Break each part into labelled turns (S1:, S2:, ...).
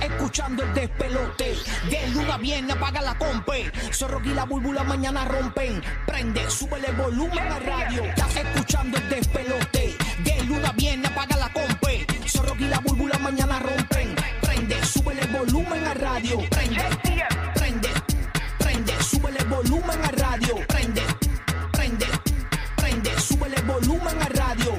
S1: escuchando el despelote. De luna viene, apaga la compe. Zorro y la búlbula mañana rompen. Prende, súbele el volumen a radio. Estás escuchando el despelote. De luna viene, apaga la compe. Zorro y la búlbula mañana rompen. Prende, súbele el volumen a radio. Prende, prende, prende, súbele el volumen a radio. Prende, prende, prende, súbele el volumen a radio.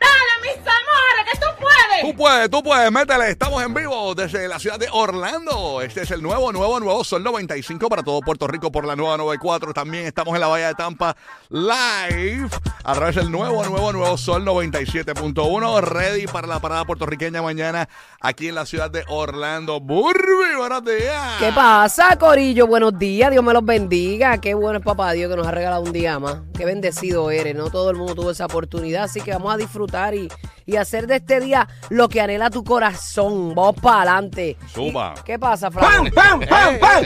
S2: ¡Dale, mis amores, que tú puedes!
S3: Tú puedes, tú puedes, métele. Estamos en vivo desde la ciudad de Orlando. Este es el nuevo, nuevo, nuevo Sol 95 para todo Puerto Rico por la nueva 94. También estamos en la Bahía de Tampa live a través del nuevo, nuevo, nuevo Sol 97.1. Ready para la parada puertorriqueña mañana aquí en la ciudad de Orlando. Burbi, buenos días.
S4: ¿Qué pasa, Corillo? Buenos días, Dios me los bendiga. Qué bueno es papá Dios que nos ha regalado un día más. Qué bendecido eres, no todo el mundo tuvo esa oportunidad, así que vamos a disfrutar y, y hacer de este día lo que anhela tu corazón. Vamos para adelante.
S3: Suba.
S4: ¿Qué pasa,
S5: ¡Pam,
S4: Fran?
S5: pam, pam, pam!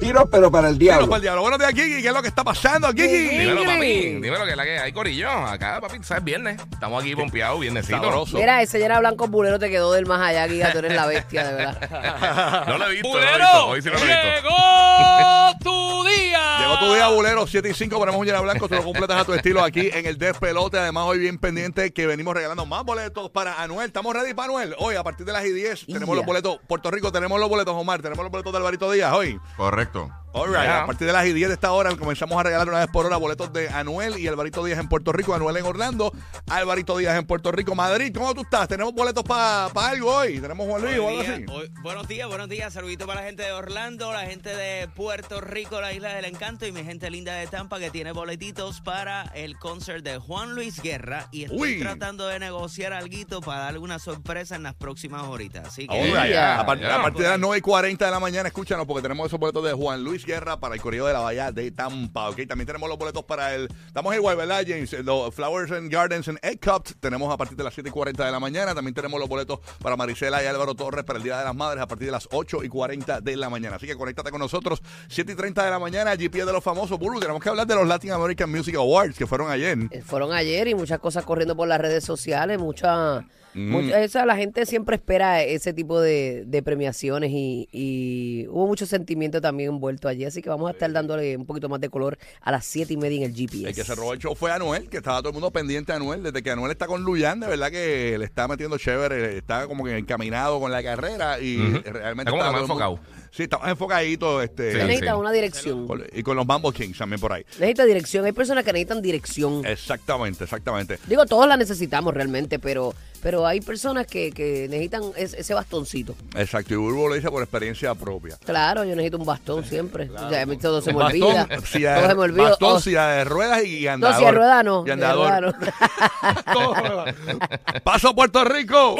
S5: Tiro pero para el
S3: Pero
S5: diablo.
S3: para el diablo. Buenos días, Kiki. ¿Qué es lo que está pasando, Kiki?
S4: Sí.
S6: Dímelo,
S4: Ingrid.
S6: papi. Dímelo, que es la que hay, Corillo. Acá, papi, tú sabes, viernes. Estamos aquí pompeados, viernesito.
S3: Sabroso.
S4: Mira, ese Yera Blanco Bulero te quedó del más allá, Giga, tú eres la bestia, de verdad.
S6: No lo he visto.
S7: Bulero,
S6: no lo he visto. Hoy sí no lo he visto.
S7: llegó tu día.
S3: Llegó tu día, Bulero, 7 y 5, ponemos un llena blanco, tú lo completas a tu estilo aquí en el Despelote. Además, hoy bien pendiente que venimos regalando más boletos para Anuel. ¿Estamos ready para Anuel? Hoy, a partir de las y 10, tenemos
S4: Ya.
S3: los boletos. Puerto Rico, tenemos los boletos, Omar, tenemos los boletos de Alvarito Díaz hoy.
S8: Correcto.
S3: All right.
S6: Ya.
S3: A partir de las y 10 de esta hora comenzamos a regalar una vez por hora boletos de Anuel y Alvarito Díaz en Puerto Rico, Anuel en Orlando, Alvarito Díaz en Puerto Rico, Madrid. ¿Cómo tú estás? ¿Tenemos boletos para algo hoy? ¿Tenemos Juan Luis o algo
S7: Buenos
S3: así?
S7: días, hoy- buenos días, buenos días. Saludito para la gente de Orlando, la gente de Puerto Rico, la isla del encanto y mi gente linda de Tampa que tiene boletitos para el concert de Juan Luis Guerra y estoy
S3: Uy.
S7: tratando de negociar algo para darle una sorpresa en las próximas horitas. Así que
S3: All
S6: Ya,
S3: right.
S6: ya,
S3: a, par-
S6: ya.
S3: a partir de las 9 y 40 de la mañana, escúchanos porque tenemos esos boletos de Juan Luis Guerra para el Correo de la Bahía de Tampa. ¿ok? También tenemos los boletos para el. Estamos igual, ¿verdad, James? Los Flowers and Gardens en Egg Cup. Tenemos a partir de las 7 y 40 de la mañana. También tenemos los boletos para Marisela y Álvaro Torres para el Día de las Madres a partir de las 8 y 40 de la mañana. Así que conéctate con nosotros. 7 y 30 de la mañana, GP de los famosos. Buru, tenemos que hablar de los Latin American Music Awards que fueron ayer.
S4: Eh, Fueron ayer y muchas cosas corriendo por las redes sociales, mucha, mucha- esa, la gente siempre espera ese tipo de, de premiaciones y, y hubo mucho sentimiento también envuelto allí, así que vamos a estar dándole un poquito más de color a las siete y media en el GPS.
S3: El que se robó el show fue Anuel, que estaba todo el mundo pendiente a Anuel. Desde que Anuel está con Luyan, de verdad que le está metiendo chévere, está como que encaminado con la carrera y realmente
S6: Está como que
S3: estaba
S6: más
S3: todo el mundo- Sí, está más enfocadito.
S6: Sí,
S4: Él
S3: Este,
S4: necesita
S6: sí.
S4: una dirección.
S3: con- y con los Mambo Kings también por ahí.
S4: Necesita dirección. Hay personas que necesitan dirección.
S3: Eh. Exactamente, exactamente.
S4: Digo, todos la necesitamos realmente, pero, pero hay personas que, que necesitan es- ese bastoncito.
S3: Exacto, y Burbo lo dice por experiencia propia.
S4: Claro, yo necesito un bastón siempre. O sea, a mí todo se me olvida.
S3: Bastón, eh, silla de,
S4: Todo se me olvida.
S3: bastón,
S4: Oh,
S3: silla de ruedas y
S4: No,
S3: andador.
S4: si es rueda no.
S3: Y
S4: si es
S3: andador.
S4: rueda no.
S3: Paso Puerto Rico.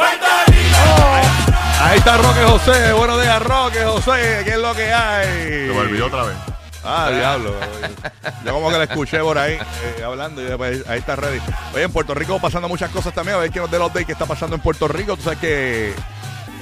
S3: Ahí está Roque José. Buenos días, Roque José. ¿Qué es lo que hay?
S8: Se me olvidó otra vez.
S3: Ah, diablo. Yo como que la escuché por ahí eh, hablando y después ahí está ready. Oye, en Puerto Rico pasando muchas cosas también. A ver que nos dé los update que está pasando en Puerto Rico. Tú sabes que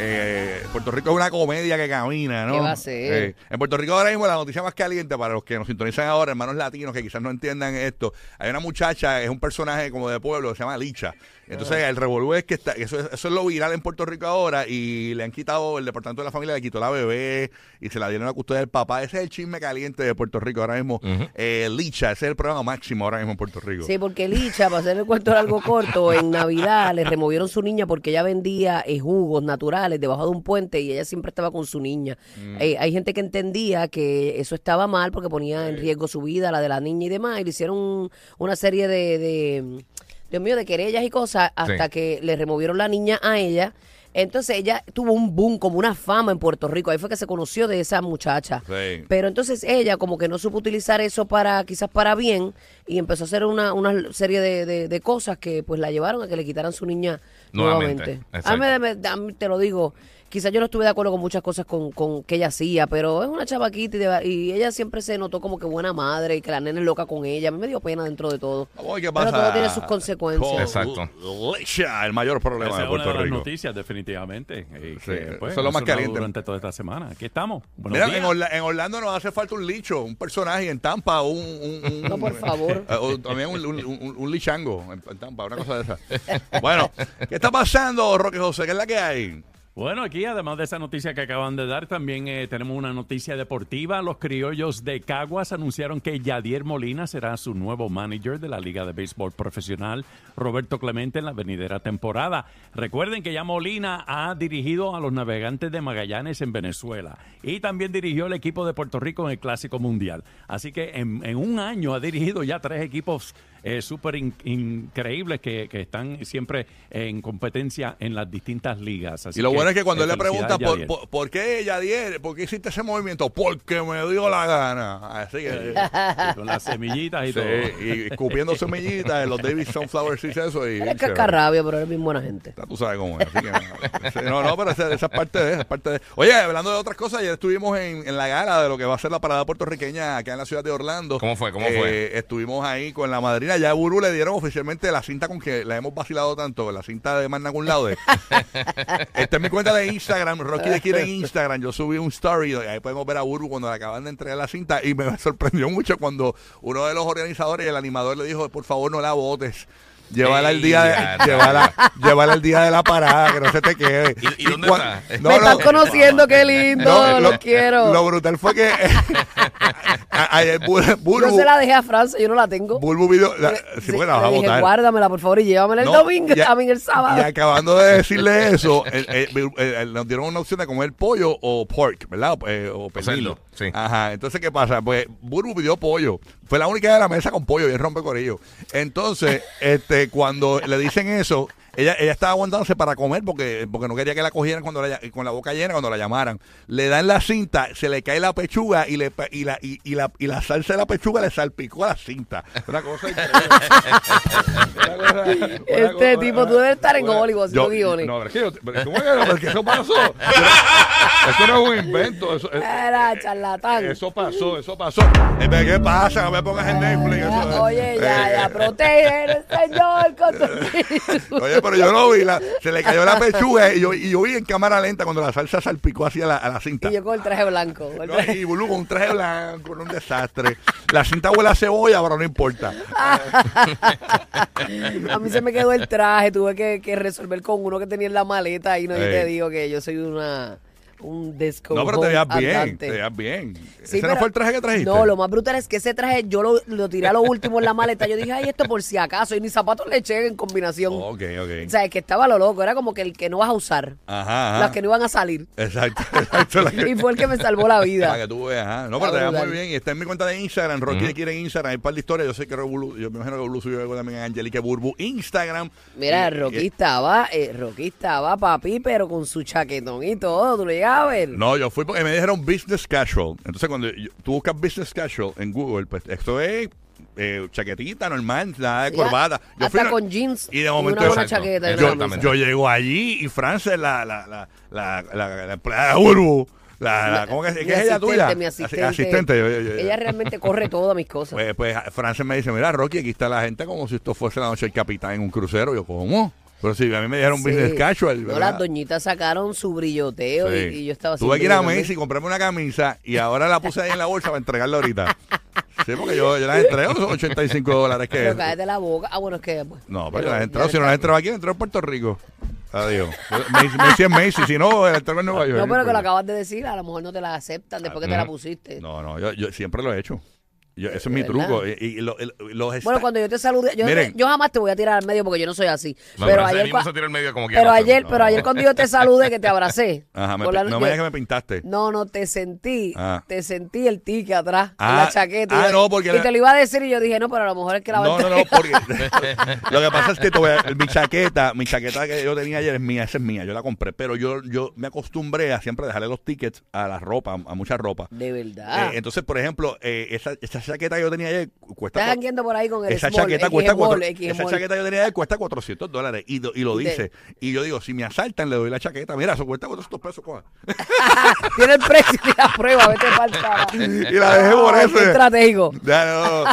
S3: eh, Puerto Rico es una comedia que camina, ¿no?
S4: ¿Qué va a ser?
S3: Eh, en Puerto Rico ahora mismo la noticia más caliente para los que nos sintonizan ahora, hermanos latinos que quizás no entiendan esto. Hay una muchacha, es un personaje como de pueblo, que se llama Licha. Entonces
S4: Ah.
S3: el revolú es que está, eso, es- eso es lo viral en Puerto Rico ahora y le han quitado, el departamento de la familia le quitó la bebé y se la dieron a custodia del papá. Ese es el chisme caliente de Puerto Rico ahora mismo. Eh, Licha, ese es el programa máximo ahora mismo en Puerto Rico.
S4: Sí, porque Licha, para hacer el cuento largo corto, en Navidad le removieron su niña porque ella vendía eh, jugos naturales debajo de un puente y ella siempre estaba con su niña. Eh, hay gente que entendía que eso estaba mal porque ponía en riesgo su vida, la de la niña y demás, y le hicieron un- una serie de, de- Dios mío, de querellas y cosas hasta
S6: Sí.
S4: que le removieron la niña a ella. Entonces ella tuvo un boom, como una fama en Puerto Rico. Ahí fue que se conoció de esa muchacha.
S3: Sí.
S4: Pero entonces ella como que no supo utilizar eso para quizás para bien y empezó a hacer una, una serie de, de- de cosas que pues la llevaron a que le quitaran su niña
S6: Nuevamente,
S4: nuevamente.
S6: exacto.
S4: A mí de- me- a mí te lo digo, quizás yo no estuve de acuerdo con muchas cosas con, con que ella hacía, pero es una chavaquita y, de- y ella siempre se notó como que buena madre y que la nena es loca con ella. A mí me dio pena dentro de todo.
S3: Vamos a ver qué
S4: Pero
S3: pasa.
S4: todo tiene sus consecuencias.
S3: con
S6: Exacto.
S3: Licha, el mayor problema
S9: Esa
S3: de
S9: es una
S3: Puerto
S9: de las
S3: Rico.
S9: noticias, definitivamente. y
S3: Sí,
S9: que, pues,
S3: eso es lo más
S9: ha sonado
S3: caliente.
S9: Durante toda esta semana. Aquí estamos. Buenos
S3: Mira,
S9: días.
S3: en, Orla- en Orlando nos hace falta un licho, un personaje en Tampa, un... un- un-
S4: No, por favor.
S3: eh, o también un, un- un- un lichango en, en Tampa, una cosa de esa. Bueno, ¿qué está pasando, Roque José? ¿Qué es la que hay?
S9: Bueno, aquí además de esa noticia que acaban de dar, también eh, tenemos una noticia deportiva. Los criollos de Caguas anunciaron que Yadier Molina será su nuevo manager de la Liga de Béisbol Profesional Roberto Clemente en la venidera temporada. Recuerden que ya Molina ha dirigido a los navegantes de Magallanes en Venezuela y también dirigió el equipo de Puerto Rico en el Clásico Mundial. Así que en, en un año ha dirigido ya tres equipos eh, súper in- increíbles que, que están siempre en competencia en las distintas ligas. Así
S3: Y lo
S9: que,
S3: bueno es que cuando
S9: eh,
S3: él le pregunta
S9: felicidades,
S3: por,
S9: Yadier.
S3: por- por qué Yadier, por qué hiciste ese movimiento, porque me dio la gana. Así que.
S9: Sí, con las semillitas
S3: Sí,
S9: y todo.
S3: y escupiendo semillitas en los Davis Sunflower Seeds, eso. Y,
S4: Él
S3: bien
S4: es
S3: chévere.
S4: cascarrabia, pero él es bien buena gente.
S3: Ya tú sabes cómo es. así que- sí, no, no, pero esa, esa es parte de, esa es parte de. Oye, hablando de otras cosas, ayer estuvimos en, en la gala de lo que va a ser la parada puertorriqueña acá en la ciudad de Orlando. Eh,
S6: ¿Cómo fue? ¿Cómo fue?
S3: Estuvimos ahí con la madrina. Ya a Buru le dieron oficialmente la cinta con que la hemos vacilado tanto, la cinta de Magna Cum Laude. Esta es mi cuenta de Instagram, Rocky de Kid en Instagram. Yo subí un story, y ahí podemos ver a Buru cuando le acaban de entregar la cinta. Y me sorprendió mucho cuando uno de los organizadores, el animador, le dijo: Por favor, no la votes. Llévala el día de,
S6: Ey,
S3: llévala, llévala el día de la parada, que no se te quede.
S6: ¿Y- y dónde
S3: cuan-
S6: está?
S3: no,
S4: Me
S3: no,
S4: estás conociendo, qué lindo,
S3: no,
S4: lo, quiero.
S3: Lo brutal fue que a- ayer Bur-
S4: yo
S3: Burbu,
S4: se la dejé a Francia, yo no la tengo.
S3: Burbu video, la- sí, porque la vas a
S4: le dije,
S3: botar.
S4: guárdamela, por favor, y llévamela el
S3: No,
S4: domingo,
S3: ya-
S4: a mí el sábado.
S3: Y acabando de decirle eso, el- el- el- el- nos dieron una opción de comer pollo o pork, ¿verdad? O, eh, o pernil.
S6: cerdo, sí.
S3: Ajá. Entonces, ¿qué pasa? Pues Burbu pidió pollo. Fue la única de la mesa con pollo y él rompe corillo. Entonces, este, cuando le dicen eso, ella, ella estaba aguantándose para comer porque, porque no quería que la cogieran cuando la ll- con la boca llena cuando la llamaran. Le dan la cinta, se le cae la pechuga y le pa- y la, y, y la, y la salsa de la pechuga le salpicó a la cinta. Una cosa increíble. Una cosa- una
S4: Este
S3: cosa-
S4: tipo, tú debes estar en
S3: una-
S4: Hollywood haciendo guiones.
S3: No, pero es que yo, pero ¿cómo que no? Pero es que eso pasó. Pero- Eso no es un invento. Eso, es-
S4: Era charlatán.
S3: eso pasó, eso pasó. Eh, pero ¿Qué pasa? No me pongas en Netflix. eso-
S4: Oye, ya,
S3: eh,
S4: ya, protege el Señor con tu
S3: Oye, pero yo lo vi, la- se le cayó la pechuga eh, y yo, y yo vi en cámara lenta cuando la salsa salpicó hacia la, a la cinta.
S4: Y yo con el traje blanco. con el
S3: No,
S4: traje-
S3: y Bulu con un traje blanco, era un desastre. La cinta huele a cebolla, pero no importa.
S4: Ah, A mí se me quedó el traje, tuve que, que resolver con uno que tenía en la maleta y no, yo
S3: Ey.
S4: te digo que yo soy una un desco.
S3: No, pero te veías bien,
S4: andante.
S3: te veías bien.
S4: Sí,
S3: ¿Ese no
S4: pero-
S3: fue el traje que trajiste?
S4: No, lo más brutal es que ese traje yo lo, lo tiré a lo último en la maleta. Yo dije, ay, esto por si acaso. Y ni zapatos le eché en combinación.
S3: Ok, ok.
S4: O sea, es que estaba lo loco. Era como que el que no vas a usar.
S3: Ajá, ajá.
S4: Las que no iban a salir.
S3: Exacto, exacto. la que-
S4: Y fue el que me salvó la
S3: Para
S4: vida.
S3: que tú veas, ajá. No, pero
S4: Ah,
S3: te veas muy
S4: brutal.
S3: bien. Y está en mi cuenta de Instagram, Rocky de Kira en Instagram. Hay un par de historias. Yo sé que Revolu- yo me imagino que Bulu subió algo también a Angelique Burbu Instagram.
S4: Mira,
S3: Y-
S4: Rocky
S3: y-
S4: estaba, eh, Rocky estaba, papi, pero con su chaquetón y todo. Tú le llegas a ver.
S3: No, yo fui porque me dijeron business casual. Entonces, cuando yo- tú buscas business casual en Google, pues esto es eh, chaquetita normal, nada de
S4: Sí,
S3: corbata. Yo
S4: hasta
S3: fui-
S4: con jeans
S3: Y
S4: y
S3: de
S4: una
S3: momento.
S4: buena
S3: Exacto.
S4: chaqueta y una
S3: yo,
S4: camisa.
S3: yo llego allí y Frances, la, la, la, la, la, la empleada de Burbu. La, la- ¿Cómo que,
S4: Mi
S3: que es ella
S4: asistente,
S3: tuya?
S4: Mi
S3: Asi-
S4: asistente.
S3: asistente, yo- yo- yo-
S4: Ella realmente corre todas mis cosas.
S3: Pues, pues Frances me dice, mira, Rocky, aquí está la gente como si esto fuese la noche del capitán en un crucero. Yo, ¿cómo? Pero si a mí me dijeron
S4: Sí.
S3: business casual.
S4: No,
S3: ¿verdad?
S4: las doñitas sacaron su brilloteo y,
S3: Sí.
S4: y yo estaba
S3: Tuve que ir a
S4: haciendo-
S3: Macy y comprarme una camisa y ahora la puse ahí en la bolsa para entregarla ahorita. Sí, porque yo, yo las entrego, son 85 dólares que
S4: Pero cállate la boca. Ah, bueno, es que. pues,
S3: No,
S4: ya
S3: pero yo las
S4: ya
S3: entrego, si no
S4: está.
S3: las entrego aquí, las entrego en Puerto Rico. Adiós. Macy, Macy es Macy, si no, las entrego en Nueva York.
S4: No, pero que lo acabas de decir, a lo mejor no te la aceptan después que te la pusiste.
S3: No, no, yo, yo siempre lo he hecho. Yo- ese es mi
S4: ¿Verdad?
S3: truco. Y, y lo- el- los
S4: Bueno,
S3: esta-
S4: cuando yo te saludé, yo,
S3: Miren.
S4: yo jamás te voy a tirar al medio porque yo no soy así.
S6: No,
S4: pero
S6: pero ese
S4: ayer,
S6: mismo
S4: cua-
S6: se tira al medio como
S4: pero
S6: quiera,
S4: ayer,
S6: pero-
S4: pero ayer cuando yo te saludé, que te abracé.
S3: Ajá, me
S4: por
S3: pi- no me
S4: yo-
S3: digas que me pintaste.
S4: No, no, te sentí,
S3: Ah.
S4: te sentí el tique atrás, en
S3: Ah,
S4: la chaqueta.
S3: ah,
S4: Y-
S3: no, porque
S4: y
S3: la-
S4: te lo iba a decir y yo dije, no, pero a lo mejor es que la va a
S3: No, no, no, porque
S4: entregar.
S3: lo que pasa es que te voy a- mi chaqueta, mi chaqueta que yo tenía ayer es mía, esa es mía, yo la compré, pero yo, yo me acostumbré a siempre dejarle los tickets a la ropa, a mucha ropa.
S4: De verdad.
S3: Eh, entonces, por ejemplo, eh, esa, esa chaqueta que yo tenía ayer cu- cuesta...
S4: Estás
S3: cua-
S4: jangueando por ahí con el
S3: esa
S4: small,
S3: chaqueta
S4: XMall,
S3: cuesta cuatro-
S4: XMall.
S3: esa chaqueta que yo tenía ayer cuesta 400 dólares y, do- y lo
S4: De-
S3: dice. Y yo digo, si me asaltan, le doy la chaqueta. Mira, eso cuesta 400 pesos, coja.
S4: Tiene el precio y la prueba, vete falta.
S3: Y la dejé por eso.
S4: estratégico.
S3: Ya, no, no.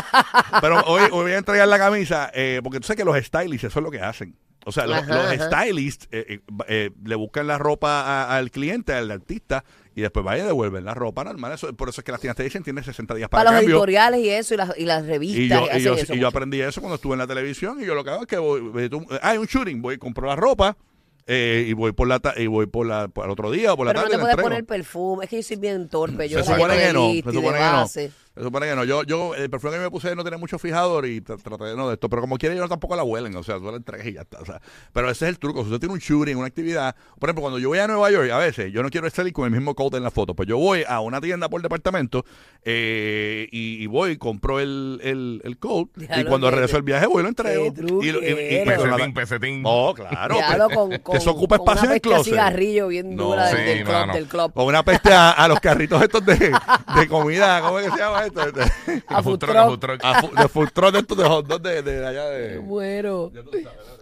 S3: Pero hoy, hoy voy a entregar la camisa eh, porque tú sabes que los stylists eso es lo que hacen. O sea, los,
S4: Ajá,
S3: los
S4: ajá.
S3: stylists eh, eh, va- eh, le buscan la ropa a- al cliente, al artista, y después vayan y devuelven la ropa normal. Eso, por eso es que las tiendas te dicen tienes 60 días para,
S4: Para los
S3: el cambio.
S4: editoriales y eso, y las, y las revistas.
S3: Y yo,
S4: que
S3: y, yo,
S4: hacen eso
S3: y yo
S4: mucho.
S3: eh, aprendí eso cuando estuve en la televisión y yo lo que hago es que voy, voy- tú- hay un shooting, voy, compro la ropa, eh, y voy por la ta- y voy por la por el otro día o por la
S4: Pero no
S3: tarde
S4: te
S3: y la
S4: puedes
S3: entrego.
S4: poner perfume. Es que yo soy bien torpe. Yo
S3: Se
S4: la
S3: supone
S4: llevo de
S3: que no,
S4: lista
S3: se
S4: y de
S3: supone que no.
S4: base.
S3: Se supone que no. Yo, yo, el perfume que me puse no tenía mucho fijador y tra- traté de no de esto. Pero como quiera, yo tampoco la huelen. O sea, tú la entregas y ya está. o sea. pero ese es el truco. Si usted tiene un shooting, una actividad. Por ejemplo, cuando yo voy a Nueva York, a veces yo no quiero salir con el mismo coat en la foto. Pues yo voy a una tienda por departamento eh, y, y voy, compro el, el, el coat.
S4: Ya
S3: y
S4: lo
S3: cuando
S4: que-
S3: regreso el viaje, voy y lo entrego.
S4: qué
S3: Y lo- y- y-
S4: truquero.
S3: pero la-
S6: Pesetín, pesetín.
S3: No, claro.
S4: Ya
S3: pues,
S4: lo con,
S3: que
S4: con,
S3: eso ocupa
S4: con
S3: espacio
S4: una
S3: en el
S4: peste a
S3: closet.
S4: cigarrillo bien
S3: No, Oh.
S4: dura del-
S6: sí,
S4: del, club,
S6: mano.
S4: del club.
S3: O una peste a, a los carritos estos de, de comida. ¿Cómo es que se llama esto? Este,
S4: A
S6: food
S4: food
S6: truck, a food
S4: truck.
S6: truck.
S3: A fu- de food truck de estos de hot dog de, de allá de...
S4: Bueno.
S3: A lo-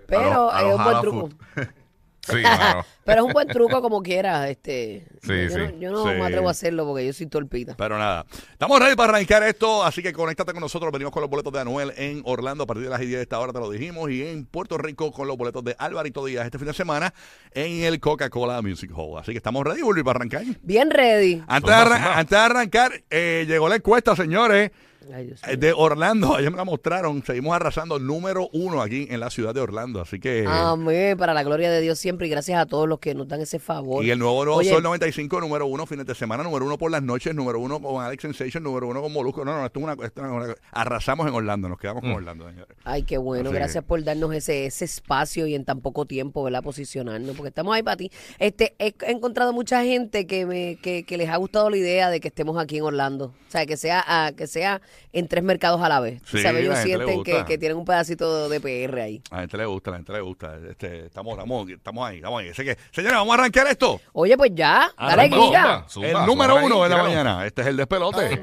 S4: Pero
S3: a
S4: es
S3: lo
S4: un buen
S3: Jala
S4: truco.
S3: Food.
S6: Sí, mano.
S4: Pero es un buen truco como quieras. Este,
S6: Sí,
S4: yo,
S6: sí.
S4: No, yo no
S3: Sí.
S4: me atrevo a hacerlo porque yo soy torpita.
S3: Pero nada, estamos ready para arrancar esto, así que conéctate con nosotros. Venimos con los boletos de Anuel en Orlando a partir de las 10 de esta hora, te lo dijimos. Y en Puerto Rico con los boletos de Alvarito Díaz este fin de semana en el Coca-Cola Music Hall. Así que estamos ready, Bulbi, para arrancar.
S4: Bien ready.
S3: Antes de, arran- antes de arrancar, eh, llegó la encuesta, señores.
S4: Ay, Dios
S3: Eh,
S4: mío.
S3: De Orlando, ayer me la mostraron, seguimos arrasando número uno aquí en la ciudad de Orlando, así que...
S4: Amén, para la gloria de Dios siempre y gracias a todos los que nos dan ese favor.
S3: Y el nuevo Nuevo
S4: Oye,
S3: Sol 95, número uno, fines de semana, número uno por las noches, número uno con Alex Sensation, número uno con Molusco. No, no, esto es una, esto es una- arrasamos en Orlando, nos quedamos con Orlando, señores.
S4: Ay, qué bueno,
S3: Así que-
S4: gracias por darnos ese, ese espacio y en tan poco tiempo, ¿verdad? Posicionarnos, porque estamos ahí para ti. Este, he he encontrado mucha gente que, me, que, que les ha gustado la idea de que estemos aquí en Orlando. O sea, que sea, ah, que sea en tres mercados a la vez.
S3: Sí,
S4: ¿Sabes?
S3: la
S4: Ellos
S3: gente le
S4: sienten que,
S3: gusta.
S4: que tienen un pedacito de PR ahí.
S3: A la gente le gusta, a la gente le gusta. Este, estamos, estamos, estamos ahí, estamos ahí. Así que, señores, vamos a arrancar esto.
S4: Oye, pues ya,
S9: Ah,
S4: dale
S9: zumba,
S4: guía.
S6: Zumba,
S3: el número
S6: zumba ahí,
S3: uno de la
S6: tíralo.
S3: mañana. Este es el despelote.